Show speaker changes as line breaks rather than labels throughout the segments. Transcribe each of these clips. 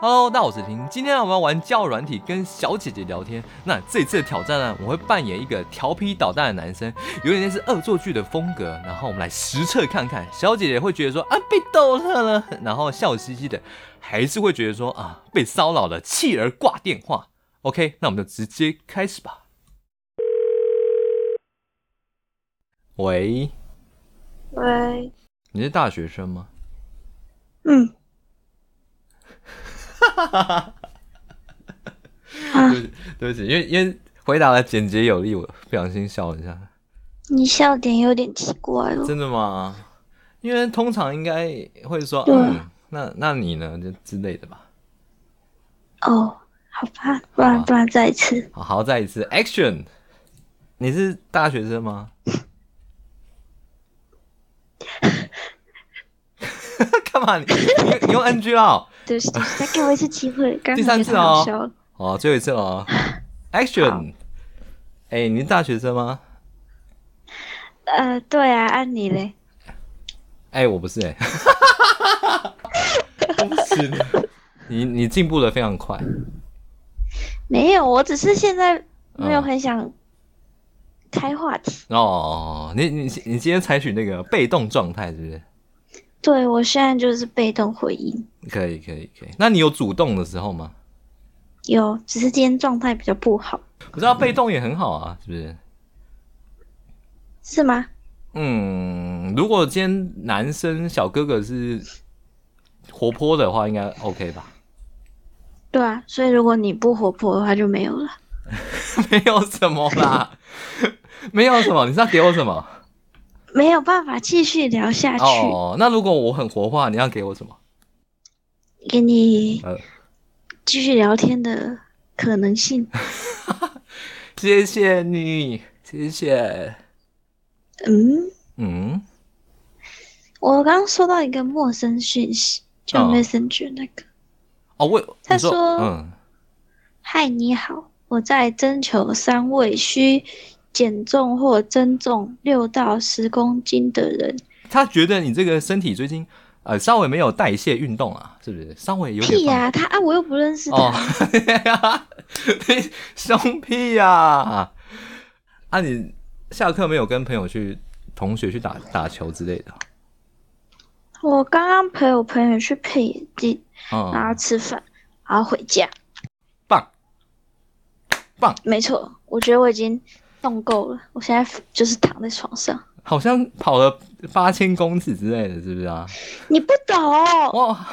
Hello，大家好，我是婷。今天呢，我们要玩交友软体，跟小姐姐聊天。那这次的挑战呢，我会扮演一个调皮捣蛋的男生，有点类似恶作剧的风格。然后我们来实测看看，小姐姐会觉得说啊被逗乐了， 然后笑嘻嘻的，还是会觉得说啊被骚扰了，气而挂电话。OK，那我们就直接开始吧。喂，
喂，
你是大学生吗？
嗯，啊，
对不起，对不起，因为因为回答的简洁有力，我不小心笑了一下。
你笑点有点奇怪 哦。
真的吗？因为通常应该会说，
对
嗯，那那你呢？就之类的吧。
哦，好吧，不然
好吧
不然再一次。
好，好，再一次，Action！你是大学生吗？ 干嘛？你你用你用 NG 了哦？
对不起，对不起再给我一次机会。刚
第
刚
三
觉
次
得太好
哦
笑了。
哦，最后一次了哦。Action！哎、你是大学生吗？
呃，对啊，按你嘞。
哎、我不是哎、 不行，你你进步的非常快。
没有，我只是现在没有
嗯
很想开话题。
哦，你你你今天采取那个被动状态是不是？
对我现在就是被动回应，
可以可以可以。那你有主动的时候吗？
有，只是今天状态比较不好，
不知道被动也很好啊，是不是？
是吗？
嗯，如果今天男生小哥哥是活泼的话，应该 OK 吧？
对啊，所以如果你不活泼的话就没有了。
没有什么啦， 没有什么，你是要给我什么？
没有办法继续聊下去，
哦，那如果我很活化，你要给我什么？
给你
呃，
继续聊天的可能性。
谢谢你，谢谢。
嗯，
嗯，
我刚刚收到一个陌生讯息，就
哦
Messenger 那个，
哦，我
他
你
说
嗯，
嗨，你好，我在征求三位需减重或增重六到十公斤的人，
他觉得你这个身体最近呃稍微没有代谢运动啊，是不是？稍微有点
屁
放
呀、他啊，我又不认识他，
哦，你 凶屁呀、啊！你下课没有跟朋友去、同学去打打球之类的？
我刚刚陪我朋友去配眼镜，然后
嗯，
吃饭，然后回家，
棒棒，
没错，我觉得我已经动够了，我现在就是躺在床上，
好像跑了八千公尺之类的，是不是啊？
你不懂，
哇，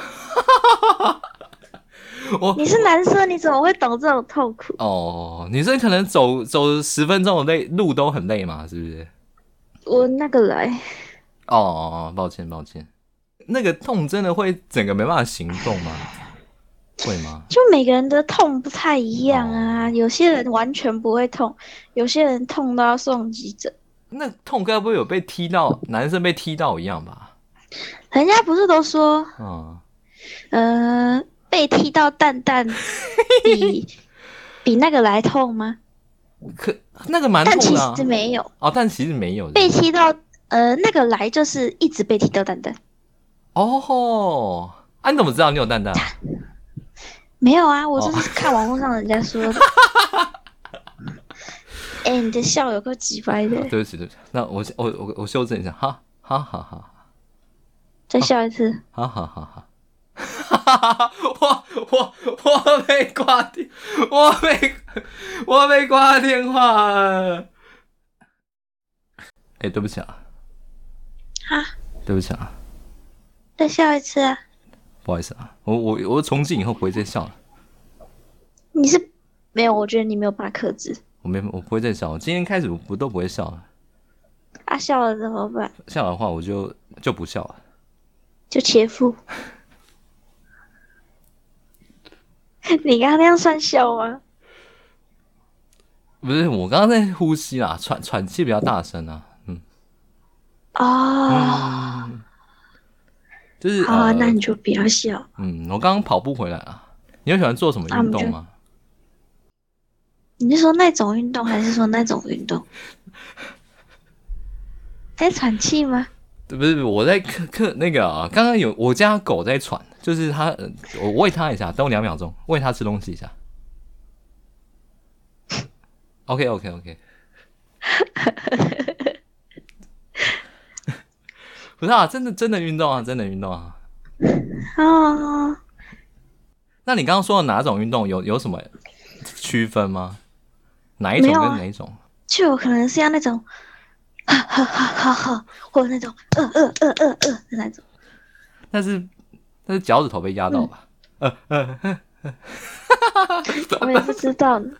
我
你是男生，你怎么会懂这种痛苦？
哦，女生可能走走十分钟的累路都很累嘛，是不是？
我那个来。
哦，抱歉抱歉，那个痛真的会整个没办法行动吗？会吗？
就每个人的痛不太一样啊，
哦
有些人完全不会痛，有些人痛到要送急诊。
那痛该不会有被踢到，男生被踢到一样吧？
人家不是都说，
嗯，
呃，被踢到蛋蛋 比比那个来痛吗？
可那个蛮
但
痛
其
的、啊
实、没有，
哦，但其实没有
被踢到呃那个来就是一直被踢到蛋蛋。
哦吼，啊，你怎么知道你有蛋蛋？
没有啊，我
哦
就是看网络上人家说 的。哎、你的笑有够直白的，
对不起对不起，那我我我我修正一下，哈哈哈哈
再笑一次。
哈哈哈哈。哈哈哈！我我我被挂电，我被我被挂电话了。哎、对不起啊，
啊，
对不起啊，
再笑一次啊！
不好意思啊，我我我从今以后不会再笑了。
你是没有，我觉得你没有办法克制。
我没，我不会再笑。我今天开始我不都不会笑了，
啊，笑了怎么办？
笑的话我就就不笑了。
就切腹。你刚刚那样算笑吗？
不是，我刚刚在呼吸啦，喘喘气比较大声啊，嗯，
哦，
就是
好啊、
呃
那你就不要笑。
嗯，我刚刚跑步回来啊。你有喜欢做什么
啊我
运
们就
动吗？
你是说那种运动，还是说那种运动？在喘气吗？
不是，不是我在克克那个啊，刚刚有我家狗在喘，就是它，呃我喂它一下，等我两秒钟，喂它吃东西一下。OK OK OK。不是啊，真的真的运动啊，真的运动啊。
哦，
那你刚刚说的哪种运动有有什么区分吗？哪一种
没有啊
跟哪一种？
就有可能是要那种，哈哈哈哈哈，或者那种呃呃呃呃呃的那种。
但是但是脚趾头被压到
嗯
吧？呃
我也不知道呢。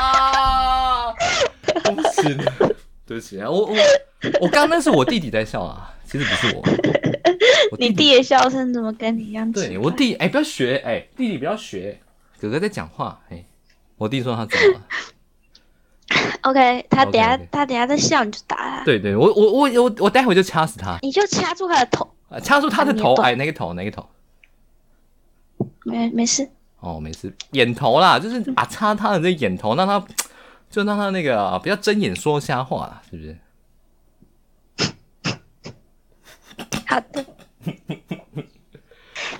啊！我不行，对不起啊，我我我刚刚那是我弟弟在笑啊，其实不是我。我
你弟的笑声怎么跟你一样奇怪？
对我弟，哎、不要学，哎、弟弟不要学，哥哥在讲话，哎、我弟说他怎么了？
OK，他等下
OK，OK
他等下再笑你就打他，
对对，我我我我我待会就掐死他，
你就掐住他的头，
啊掐住他的头，
你的头
哎、那个头，那个头，
没没事。
哦，没事，眼头啦，就是啊，插他的这眼头，让他就让他那个啊不要睁眼说瞎话啦，是不是？
好 的。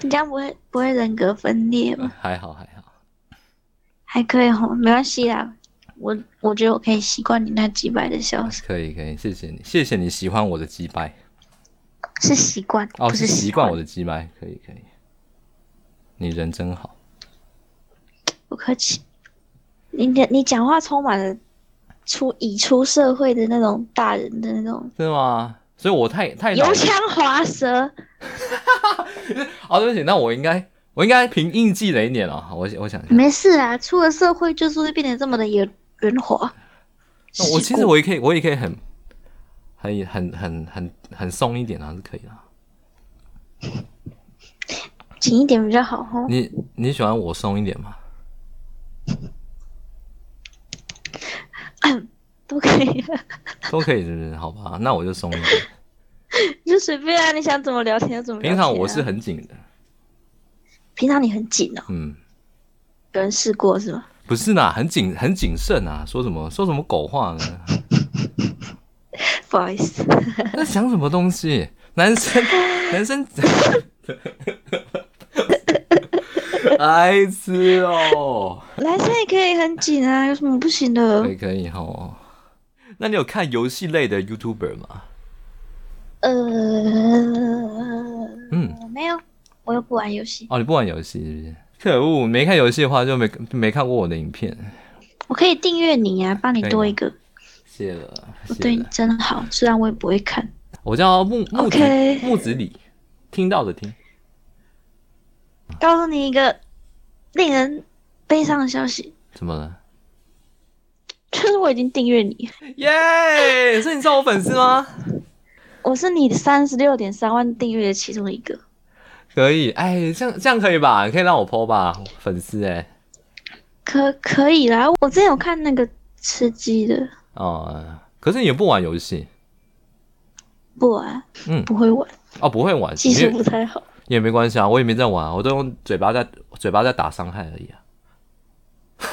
你这样不会不会人格分裂吗？
还好还好，
还可以吼，没关系啦。我我觉得我可以习惯你那几百的笑声，
可以可以，谢谢你，谢谢你喜欢我的击败。
是习惯，
哦，
不
是习
习
惯我的鸡掰，可以可以。你人真好，
不客气。你的你讲话充满了出已出社会的那种大人的那种
是吗？所以我太太老
油腔滑舌，
哦，对不起，那我应该我应该凭印记了一点哦。我想我想一下，
没事啦，出了社会就是会变得这么的圆圆滑。
那我其
世
实
故
我也可以，我也可以很很很很很很松一点啊，是可以的。
紧一点比较好吼。
你你喜欢我松一点吗？
都可以啊，
都可以，是不是？好吧，那我就松一 点。
你就随便啊，你想怎么聊天就怎么聊
平
天啊、
常我是很紧的，
平常你很紧哦，
嗯，
有人试过是吗？
不是啦，很谨很谨慎啊，说什么说什么狗话呢？
不好意思，
在想什么东西？男生， 男生，白痴哦！
男生也可以很紧啊，有什么不行的
可？以可以哦。那你有看游戏类的 YouTuber 吗？
呃，
嗯，
没有，我又不玩游戏，
哦，你不玩游戏是不是？可恶，没看游戏的话就没没看过我的影片，
我可以订阅你啊，帮你
可以
多
吗
一个。
谢了，
我
谢
对你
了。
真好，虽然我也不会看。
我叫木木子
OK
木子李，听到的听。
告诉你一个令人悲伤的消息，
怎么了？
就是我已经订阅你，
耶、所以你是我粉丝吗？
我是你三十六点三万订阅的其中一个。
可以，哎，这样这样可以吧？可以让我 PO 吧，粉丝哎、
可可以啦，我之前有看那个吃鸡的，
哦，可是你也不玩游戏
不玩，
嗯
不会玩，
哦，不会玩，
技术
因为
不太好。
也没关系啊，我也没在玩啊，我都用嘴巴在嘴巴在打伤害而已啊，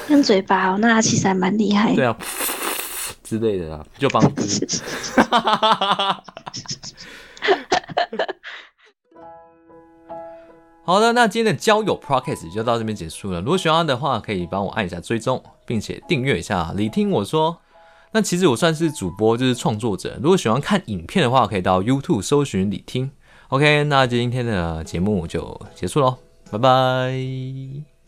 用嘴巴、哦，那其实还蛮厉害
对
的。
啊， 之类的啊，就帮助。 好的，那今天的交友 Podcast 就到这边结束了。如果喜欢的话，可以帮我按一下追踪，并且订阅一下。你听我说，那其实我算是主播，就是创作者。如果喜欢看影片的话，可以到 YouTube 搜寻李听。OK，那今天的节目就结束喽，拜拜。